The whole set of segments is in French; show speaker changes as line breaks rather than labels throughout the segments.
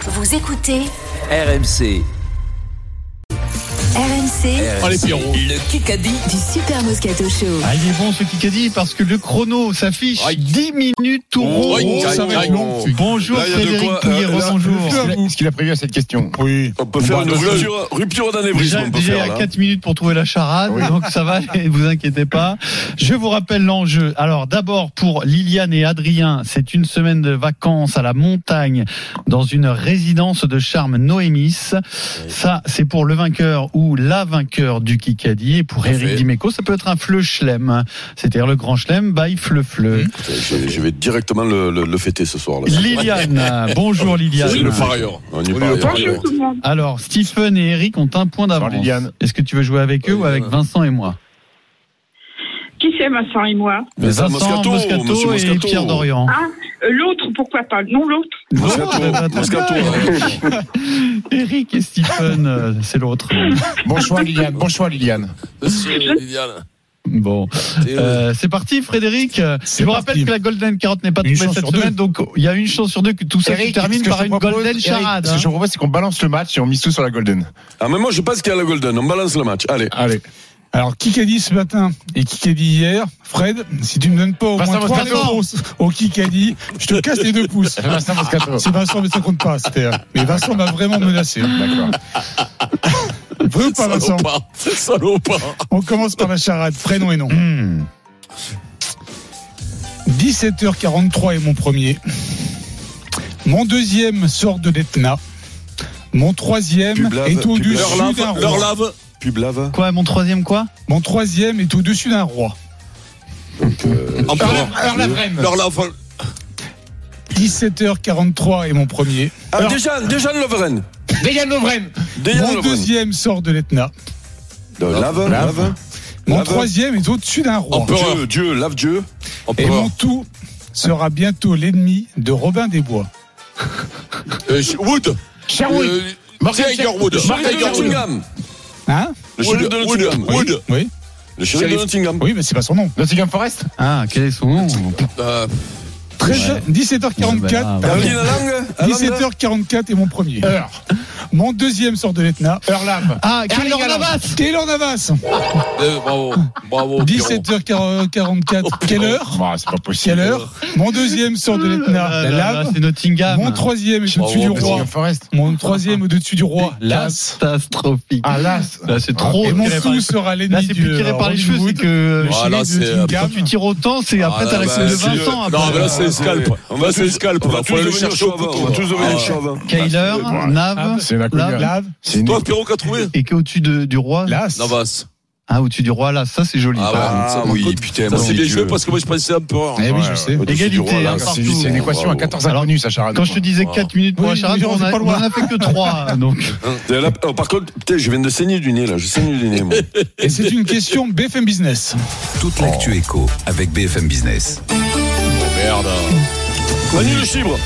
Vous écoutez
RMC,
RMC
Oh, les Pierrots.
le Kikadi
du Super Moscato Show.
Ah, il est bon ce Kikadi parce que le chrono s'affiche
Aïe. Oh,
10 minutes tout rond.
Aïe, aïe,
Ça va
aïe.
être long.
Aïe.
Bonjour
Là, il y a de
Frédéric
quoi,
Pouillet,
euh, là,
bonjour.
Est-ce qu'il a prévu à cette question
Oui.
On peut faire
Bon,
une
le-
rupture, rupture d'un
Déjà,
évrisme. on peut
déjà, il y
faire, hein.
a
là.
4 minutes pour trouver la charade,
Oui.
donc ça va, ne vous inquiétez pas. Je vous rappelle l'enjeu. Alors d'abord pour Liliane et Adrien, c'est une semaine de vacances à la montagne dans une résidence de charme Noémis. Ça, c'est pour le vainqueur ou la vainqueur du Kikadi. Et pour
Tout à
Eric
fait.
Dimeco, ça peut être un fleu chelem, c'est-à-dire le grand chelem by fleu
Mhm.
fleu.
Je, je vais directement le, le- le fêter ce soir. Là.
Liliane, bonjour
C'est
Liliane.
le parieur. On y parie.
Bonjour tout le monde.
Alors, Stephen et Eric ont un point d'avance.
Bonjour, Liliane. Euh,
Est-ce que tu veux jouer avec eux ou avec Vincent et moi
Qui c'est Vincent et moi
Vincent Moscato,
Moscato
monsieur
et
Moscato.
Pierre Dorian.
Ah, euh, l'autre, pourquoi pas Non, l'autre.
Oh, bah, bah,
Moscato,
t'as
Moscato.
bien. Eric et Stephen, euh, c'est l'autre.
Bon choix, Liliane. Bon choix, Liliane.
Monsieur Liliane.
Bon, euh, c'est parti Frédéric. Je
C'est
vous
parti.
rappelle que la Golden Carotte n'est pas
Une
tombée
chance
cette
sur
semaine,
deux.
donc il y a une chance sur deux que tout ça se termine
ce que
par
je
une
propose,
Golden
Eric,
charade.
Ce que je
hein.
propose, c'est qu'on balance le match et on mise tout sur la Golden.
Ah, mais moi, je pense qu'il y a la Golden. On balance le match. Allez.
Allez.
Alors, Kikadi ce matin et Kikadi hier, Fred, si tu me donnes pas au
Vincent
moins trois
Moscato.
réponses au Kikadi, je te casse les deux pouces. Ah,
Vincent Moscato.
C'est Vincent, mais ça compte pas. c'était, euh, Mais Vincent m'a vraiment menacé.
D'accord.
Veux ou pas, Vincent Ah,
Salopard. Salopard.
On commence par la charade, prénom et nom.
Hmm.
17h43 est mon premier. Mon deuxième sort de l'Etna. Mon troisième
Pub lave,
est
pub
au-dessus
lave.
d'un
Leur
roi.
lave. Pub lave.
Quoi, mon troisième quoi
Mon troisième est au-dessus d'un roi.
Empereur.
Alors, la vraie.
Leur lave.
17h43 est mon premier.
Ah,
Alors-
déjà, déjà le Lovren.
Dégane Lovren.
Déjà
Mon deuxième sort de l'Etna.
Lave. Lave.
Mon
Lave.
troisième est au-dessus d'un roi.
Dieu, Dieu, lave Dieu.
Et mon tout sera bientôt l'ennemi de Robin des Bois.
Wood. Euh,
Sherwood.
Tigerwood. Mark Tigerwood.
Hein
Le shérif de Nottingham.
Oui, Oui,
Le shérif Ah. de Nottingham.
oui mais c'est pas son nom.
Nottingham Forest.
Ah, quel est son nom
Euh,
13,
Ouais, bah,
17h44.
bah, Euh.
pardon.
Darlene Alang.
17h44 est mon premier.
Heure.
Mon deuxième sort de l'Etna.
Heurlam.
Ah, quel
Erling Haaland.
Navas
Taylor Navas.
Eh, Bravo. Bravo.
17h44. Quelle heure
Bah, c'est pas possible.
Quelle heure Mon deuxième sort de l'Etna.
Ah,
La
là, là,
lave.
C'est Nottingham.
Mon troisième est au-dessus
Bravo,
du roi.
Nottingham Forest.
Mon troisième au-dessus du roi. L'As.
Catastrophique.
Ah, l'As.
Là, c'est trop.
Et mon
tiré par-
tout sera
Là,
l'ennemi
c'est plus
du
tiré
euh,
par les cheveux, c'est
Hollywood.
que
Ah,
Chili
là,
de
c'est, euh,
Nottingham,
putain.
tu tires autant, c'est après t'as la
bah,
queue de
c'est-
Vincent. après.
Non, mais là, c'est scalp.
On va se scalp.
On va
là,
tous
faut aller
devenir
chercher au
chauve. On va tous devenir chauve.
Kyler,
bon,
Nav,
C'est la
Lave.
Golden.
Lave.
C'est une-
Toi, Pierrot, qu'a trouvé
et que au-dessus de- du roi.
L'As.
bah,
Navas.
Ah, au-dessus du roi, là, ça c'est joli.
Ah
par
ouais.
contre.
Ah
Ça,
oui, putain,
Ça,
mon
c'est bien
Dieu.
joué parce que moi, je pensais un peu.
Eh oui,
Ouais,
je sais.
Au-dessus
Égalité,
du roi, là,
hein,
c'est-
C'est
partout.
c'est une équation à 14
Alors,
inconnus, sa charade.
Quand je te disais 4 minutes pour
Oui,
la charade,
mais on
on
est pas loin.
n'en a, fait que 3. Donc,
Euh, là, oh, par contre, putain, je viens de saigner du nez, là. Je saigne du nez, moi.
Et c'est une question BFM Business.
Toute l'actu éco avec BFM Business.
Merde.
Manu le chibre.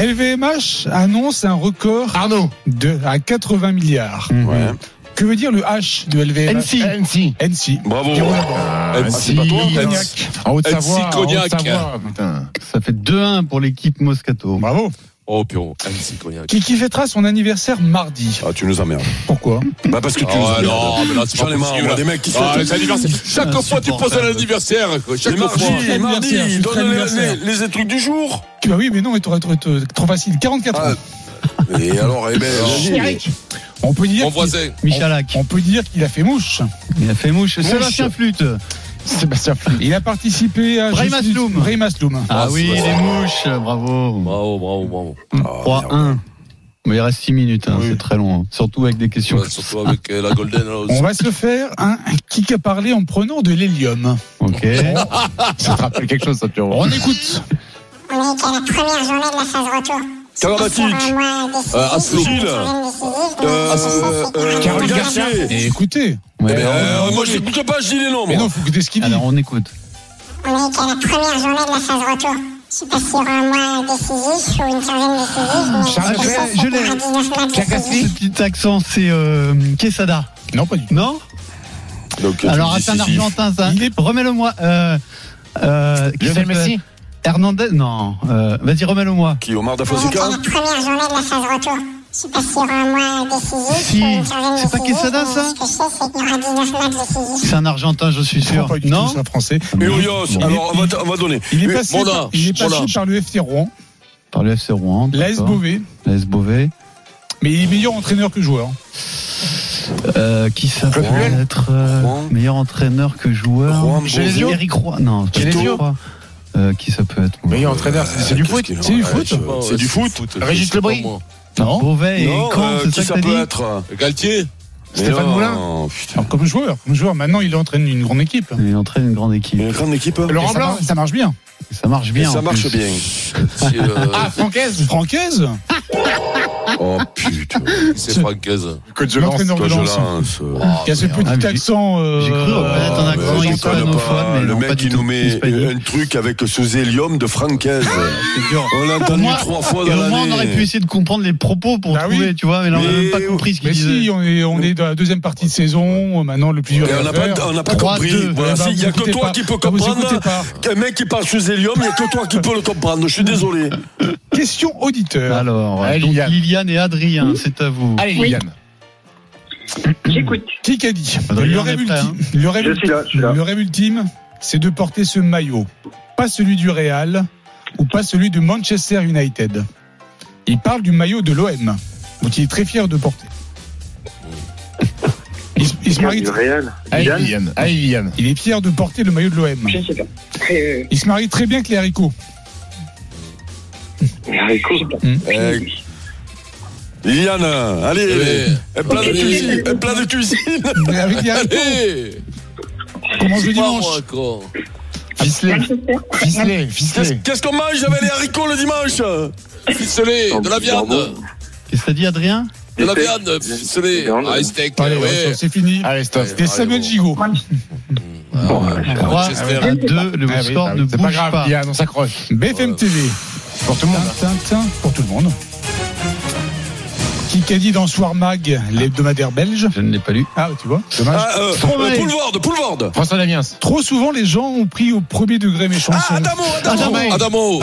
LVMH annonce un record
Arnaud.
de à 80 milliards.
Ouais.
Que veut dire le H de LVMH
NC.
NC.
NC.
Bravo.
Pierrot Laborde.
Ah,
Eh,
si.
c'est pas toi,
Cognac.
En haut de
NC
Savoie. En haut de
Cognac.
Savoie. Putain.
ça fait 2-1 pour l'équipe Moscato.
Bravo.
Oh, Pierrot. Annecy, Cognac.
Qui, qui fêtera son anniversaire mardi.
Ah, tu nous emmerdes.
Pourquoi
Bah, parce que tu
Ah
nous
ouais,
emmerdes.
non, mais là, c'est
J'en
pas
ai marre,
possible,
moi,
là.
des mecs qui
Ah,
fêtent.
les anniversaires. Ah, Chaque fois, tu penses à l'anniversaire. quoi. Chaque
Mais
fois.
mardi,
anniversaire,
mardi,
c'est notre
donne les,
anniversaire.
les, les trucs du jour.
Tu- Bah oui, mais non, il t'aurait trop, trop- trop facile. 44
Ah.
ans.
Et alors, eh ben, vas-y.
On peut dire.
Mon
qu'il-
voisin.
Michalak,
On peut dire qu'il a fait mouche.
il a fait mouche. Sébastien Flûte.
Sébastien Flou.
Il a participé à.
Brahim Asloum.
Brahim Asloum.
Ah oui,
c'est
les mouches, bravo.
Bravo, bravo, bravo.
Ah,
3-1. Mais il reste 6 minutes, hein,
Oui.
c'est très long. hein. Surtout avec des questions.
Ouais, Surtout avec euh, la Golden. là, aussi.
On va se faire un qui a parlé en prenant de l'hélium.
Ok.
Ça te rappelle quelque chose, ça, tu
On écoute.
On est qu'à la première journée de la phase retour.
Karabatic.
Sur un mois décisif,
Euh, Aslo.
sur une semaine décisive, donc
Euh,
ça, ça, ça, ça,
euh,
ça,
Caroline
ça, ça,
Garcia.
ça, ça.
Et écoutez.
Ouais.
Eh ben, euh, moi, je n'écoute pas, je dis les noms,
Mais
moi.
non, faut écouter ce qu'il dit.
Alors, on écoute.
On est qu'à la première journée de la phase retour. Je sais pas si sur un mois décisif ou une quinzaine décisive, mais
Charles
sur
Leclerc,
ça, ça
je l'ai.
fera 19 matchs décisifs.
Ce petit accent, c'est euh, Quesada,
Non, pas du tout.
non
Donc,
Alors,
tu dis
c'est un
Sissi.
argentin, ça.
Il est-
Remets-le-moi. Euh, euh, qui
Lionel
s'appelle-
Messi
Hernandez, non. euh, Vas-y, remets-le moi.
Qui Omar Da
On est
Ah,
Fonseca
à la première journée de la phase retour. Je sais pas s'il y aura un mois décisif.
Si.
ou une quinzaine
C'est pas
décisive,
Quesada,
mais
ça
Ce que je sais, c'est qu'il y aura 19 matchs décisifs.
C'est un Argentin, je suis
Je crois
sûr.
pas du
Non
tout, c'est un français.
Mais Ouyos,
Il est-
alors on va, t- on va donner.
Il est
Mais
passé,
Mola,
par, il est passé
Mola.
par le FC Rouen,
Par le FC Rouen.
l'AS
d'accord.
Beauvais,
L'AS Beauvais.
mais il est meilleur entraîneur que joueur.
Euh, qui ça peut
Rouen.
être euh,
Rouen.
meilleur entraîneur que joueur
Rouen,
Genesio
Beauvais.
Eric Roy. Non, c'est pas
Genesio.
Eric Roy. Euh, qui ça peut être
Meilleur entraîneur, c'est c'est du
Qu'est-ce
foot.
qu'il en-
C'est du
Ouais,
foot.
je sais pas,
C'est
ouais,
du foot.
je
Régis
sais pas,
Lebris.
moi.
Non. Beauvais et
Non,
Caen,
euh,
c'est
qui
ça
ça
que
peut
t'as dit
être
Galtier
Mais
Stéphane
non,
Moulin.
putain.
Alors, comme joueur, comme joueur, maintenant il entraîne une grande équipe.
Il entraîne une grande équipe.
Une grande équipe
Et ça,
Blanc.
mar- ça marche bien.
Ça marche
Et
bien. en
ça marche
plus.
bien.
Si, euh,
Ah,
Francaise Francaise
Oh putain.
C'est Francaise.
Coach de Lens.
L'entraîneur de
Toi, je
Lens.
lance. euh,
Qui a ce
Ah,
petit
j'ai-
accent. euh,
j'ai cru reconnaître un
euh,
accent
j'entends,
j'entends
hispanophone,
pas.
mais
le
non, pas
mec
du
qui nous
tout.
met
Hispanique.
un truc avec ce zélium de Francaise.
C'est dur.
On l'a
Au
entendu
moins-
trois fois
Et
dans
au moins, on aurait pu
l'année.
essayer de comprendre les propos pour
Bah
trouver,
oui.
tu vois, mais là, on n'a
Mais
même pas
oui.
compris ce qu'il
Mais
disait.
si, on est, on est dans la deuxième partie de saison, euh, maintenant le Euh, plus dur.
Et on n'a pas, on n'a pas
Trois,
compris.
deux. Eh ben,
Voilà, si, il n'y a que toi qui peux comprendre. Un mec qui parle sous hélium, il n'y a que toi qui peux le comprendre. Je suis désolé.
Question auditeur.
Alors,
Allez,
donc,
Liliane.
Liliane et Adrien, c'est à vous.
Allez,
Oui.
Liliane.
J'écoute.
Qui qu'a dit
Adrien,
Le
on Bah, est
rêve
prêt, hein.
ultime. Le rêve
Je suis là, je suis là.
Le rêve ultime, c'est de porter ce maillot, pas celui du Real ou pas celui de Manchester United. Il parle du maillot de l'OM, dont il est très fier de porter. Il, se- il se marie,
Du Real.
Allez,
Liliane.
Liliane. Allez, Liliane.
il est fier de porter le maillot de l'OM.
Je ne sais pas. Euh,
Il se marie très bien avec les haricots.
Rico, je sais pas.
Eh, Liliane, allez,
Allez.
un plat de
Allez.
cuisine, un plat de cuisine.
Mais Avec les haricots,
Allez
on mange le
C'est pas
dimanche.
moi, quoi.
Ficelé,
Manchester.
ficelé,
Qu'est-ce
ficelé.
qu'est-ce qu'on mange avec les haricots le dimanche
Ficelé, de la viande.
Pardon.
Qu'est-ce que t'as dit, Adrien
De la
Des
viande,
steaks.
ficelé.
Des viandes.
Ah, les steaks,
Allez,
ouais.
c'est fini.
Allez, stop.
Allez,
C'était Samuel
bon.
Gigot.
Ah
Bon,
Ah,
ouais.
3
Manchester.
à 2, le
Ah oui,
score
bah oui,
ne
c'est
bouge
pas.
pas.
grave, Liliane, on s'accroche.
BFM
Ouais.
TV.
Pour tout le monde.
Tintin pour tout le monde. Qui qu'a dit dans Soir Mag, l'hebdomadaire belge
Je ne l'ai pas lu.
Ah, tu vois, dommage.
Ah, euh,
Trop mal.
euh, Poulvorde, Poulvorde.
François Damiens.
Trop souvent, les gens ont pris au premier degré mes chansons.
Ah, Adamo, Adamo,
Adamo.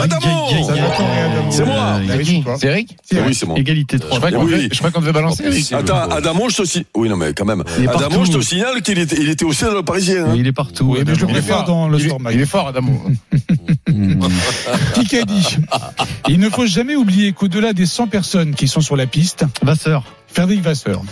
Adamo.
Adamo.
Ça va, attends, regarde,
C'est moi.
Adamo.
Euh,
Bah oui, c'est toi.
C'est Eric
Ah oui, c'est moi.
Égalité 3.
Je crois qu'on
Oui.
devait- je crois qu'on devait balancer
Oh,
Eric.
Attends, Adamo, je te signale. Oui, non, mais quand même.
Il est
Adamo,
partout.
je te signale qu'il était, il était aussi dans le Parisien. hein.
Il est partout.
Oui, mais je le
Adamo.
Il est
préfère
fort.
dans le
Il est-
Soir
Il
Mag.
est fort, Adamo.
Mmh.
Qui qu'a dit Il ne faut jamais oublier qu'au-delà des 100 personnes qui sont sur la piste,
Vasseur.
Frédéric Vasseur.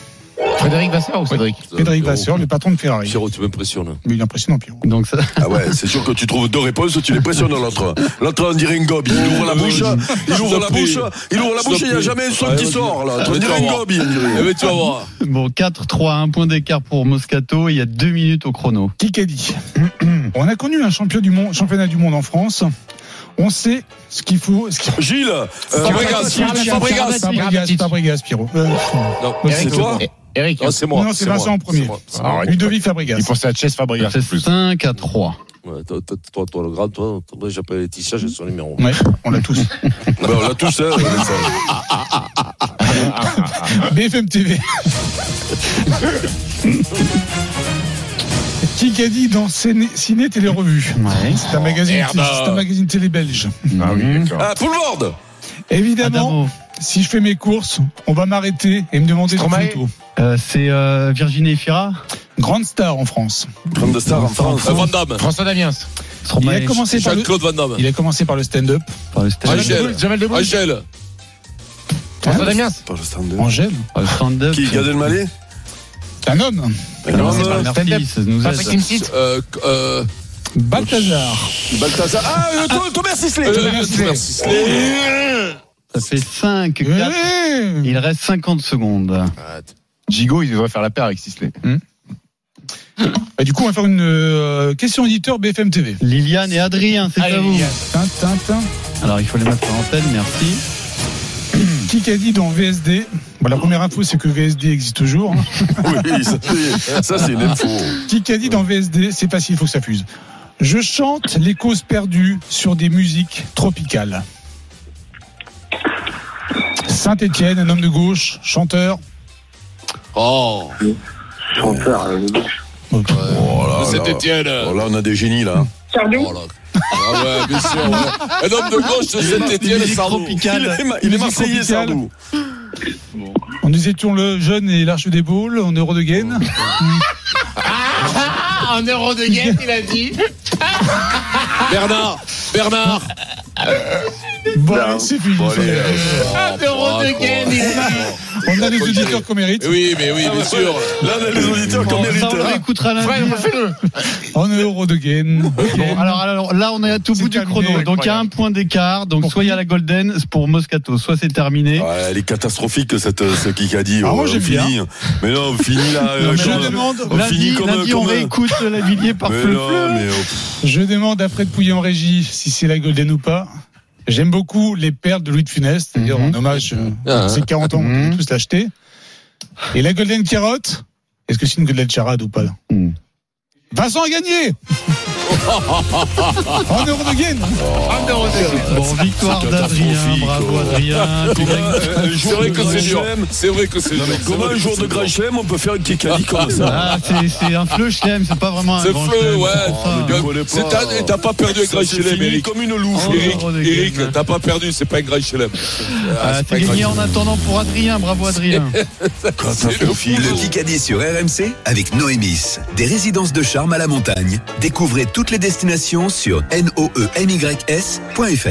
Frédéric Vasseur ou Cédric
Frédéric Vasseur, le patron de Ferrari.
Pierrot, tu m'impressionnes.
Mais il est impressionnant, Pierrot.
Donc ça,
Ah ouais, c'est sûr que tu trouves deux réponses, tu les pressionnes dans l'autre. L'autre, on dirait une gobe. Il ouvre la bouche, il ouvre la bouche, il ouvre la bouche, il n'y a jamais un son qui sort, là. On dirait une gobe. il
Eh
dirait.
ben, tu vas voir.
bon, 4-3, un point d'écart pour Moscato. Il y a 2 minutes au chrono.
Qui qu'a dit On a connu un champion du monde, championnat du monde en France. On sait ce qu'il faut, ce qu'il
Gilles, euh,
Fabregas, Fabregas.
Fabregas, Fabregas, Pierrot. Euh,
Non,
c'est toi
Eh, Eric.
Oh,
non, c'est moi.
non, c'est Vincent
moi,
en premier.
c'est moi, c'est
Ah,
moi.
ouais.
Ludovic
Il
Fabregas.
pensait à Ah, Chess Fabregas.
Ça fait
plus.
5 à 3.
Ouais, toi, toi, toi, toi, le grand, toi, toi, moi, j'appelle Laetitia, j'ai son numéro.
Ouais, on l'a tous.
ben, on l'a tous, hein, Vincent.
BFM TV. Qui a dit dans Ciné, Ciné Télé Revue
Ouais.
C'est un magazine,
Oh, merde.
c'est un magazine télé belge.
Ah oui, d'accord.
Ah, Poulvorde.
Évidemment,
Adamo.
si je fais mes courses, on va m'arrêter et me demander des
Stromae.
photos.
Euh, c'est euh, Virginie Efira.
Grande star en France.
Grande de star en France.
Euh, Van Damme.
François Damiens.
Il
Stromae.
a commencé par le,
Jean-Claude Van Damme.
il a commencé par le stand-up.
Par le stand-
Ah,
Eh
j'ai- Angèle.
ben.
Jamel Debbouze, Jamel Debbouze.
Angèle.
Ah,
François Damiens.
Par le stand-up.
Angèle,
par le stand-up.
Qui, Gad Elmaleh
un homme.
Ah, non,
Non,
c'est pas-
euh,
stand-up.
Merci, ça nous
Patrick
aide.
Timsit.
Euh, euh,
Balthazar.
Balthazar. Ah, euh, Tho- Thomas Sisley.
euh,
Thomas Sisley.
Thomas Sisley.
Ça fait 5, 4.
Eh
Il reste 50 secondes.
Gigo, il devrait faire la paire avec Sisley.
Bah, du coup, on va faire une euh, question auditeur BFM TV.
Liliane et Adrien, c'est à vous.
Tin, tin, tin.
Alors il faut les mettre en antenne, merci.
Qui a dit dans VSD Bon, La première info, c'est que VSD existe toujours. hein.
Oui, ça, c'est- ça, c'est une info.
Qui a dit dans VSD C'est facile, il faut que ça fuse. Je chante les causes perdues sur des musiques tropicales. Saint-Étienne, un homme de gauche, chanteur.
Oh,
Chanteur, euh, le gauche.
c'est
là.
Étienne.
Oh, là, on a des génies, là.
Sardou.
Oh là. Ah ouais, bien sûr. ouais. Un homme de gauche de Saint-Etienne,
musiques
Sardou.
tropicales.
Il est ma- Il est
Musique
marseillais,
tropicale.
Sardou.
On nous étions le jeune et l'arche des boules en euro de gain.
Oh.
Ah, un euro de guette, il a dit.
Bernard, Bernard.
Bon,
Non.
allez, c'est fini.
Bon, allez, euh,
Oh,
Un euro de gain, il a dit.
On a les auditeurs qu'on mérite.
Mais Oui, mais oui, bien sûr.
Là, on a les auditeurs qu'on
Bon,
mérite.
ça, on le
hein.
réécoutera lundi.
Frère, refais-le.
En euro de gain.
Bon, alors, alors là, on est à tout
C'est
bout du
terminé,
chrono. Donc, il y a
incroyable.
un point d'écart. Donc,
Pour
soit il y a la Golden pour Moscato, soit c'est terminé.
Ouais, elle est catastrophique cette euh, ce Kikadi.
Ah, moi,
On
j'aime
finit. Mais non, on finit là. euh,
Non, mais
je
comme-
demande,
on finit
lundi,
comme
lundi, on
comme un-
réécoute euh, la Villiers par
Mais
fleu
non, mais, oh, pff,
Je demande à Fred Pouillet en régie si c'est la Golden ou pas. J'aime beaucoup les perles de Louis de Funès. D'ailleurs,
Mhm.
en hommage, euh,
Ah,
c'est 40 ans, on
Mhm.
peut tous l'acheter. Et la Golden Carotte, est-ce que c'est une Golden Charade ou pas là
Mhm.
Vincent a gagné En euro de gain
Un euro de gain.
Bon, victoire
c'est
d'Adrien.
catastrophique,
Bravo,
oh.
Adrien. Tu gagnes
Euh,
un
C'est
jour
vrai
de
que c'est dur.
Grand Chelem.
C'est vrai que c'est dur.
Non, mais
C'est
comment
vrai
un
que
jour
c'est
de
dur.
grand chelem on peut faire une Kikadi comme ça
Ah, c'est- c'est un fleu chelem, c'est pas vraiment un
ah, C'est
grand
fleu,
chelem,
ouais. Ah,
c'est pour ça.
décollez pas.
C'est un- et T'as pas perdu un grand
C'est
chelem,
fini
Eric.
comme une louche.
Oh,
Eric,
oh, des
Eric,
gaines.
t'as pas perdu, c'est pas un grand chelem.
Ah,
Ah, c'est pas
c'est
un grand
gagné
chelem.
en attendant pour Adrien. Bravo, Adrien.
C'est le
Catastrophique.
boulot.
Le Kikadi sur RMC avec Noémis. Des résidences de E charme à la montagne. Découvrez toutes les destinations sur noemys.fr.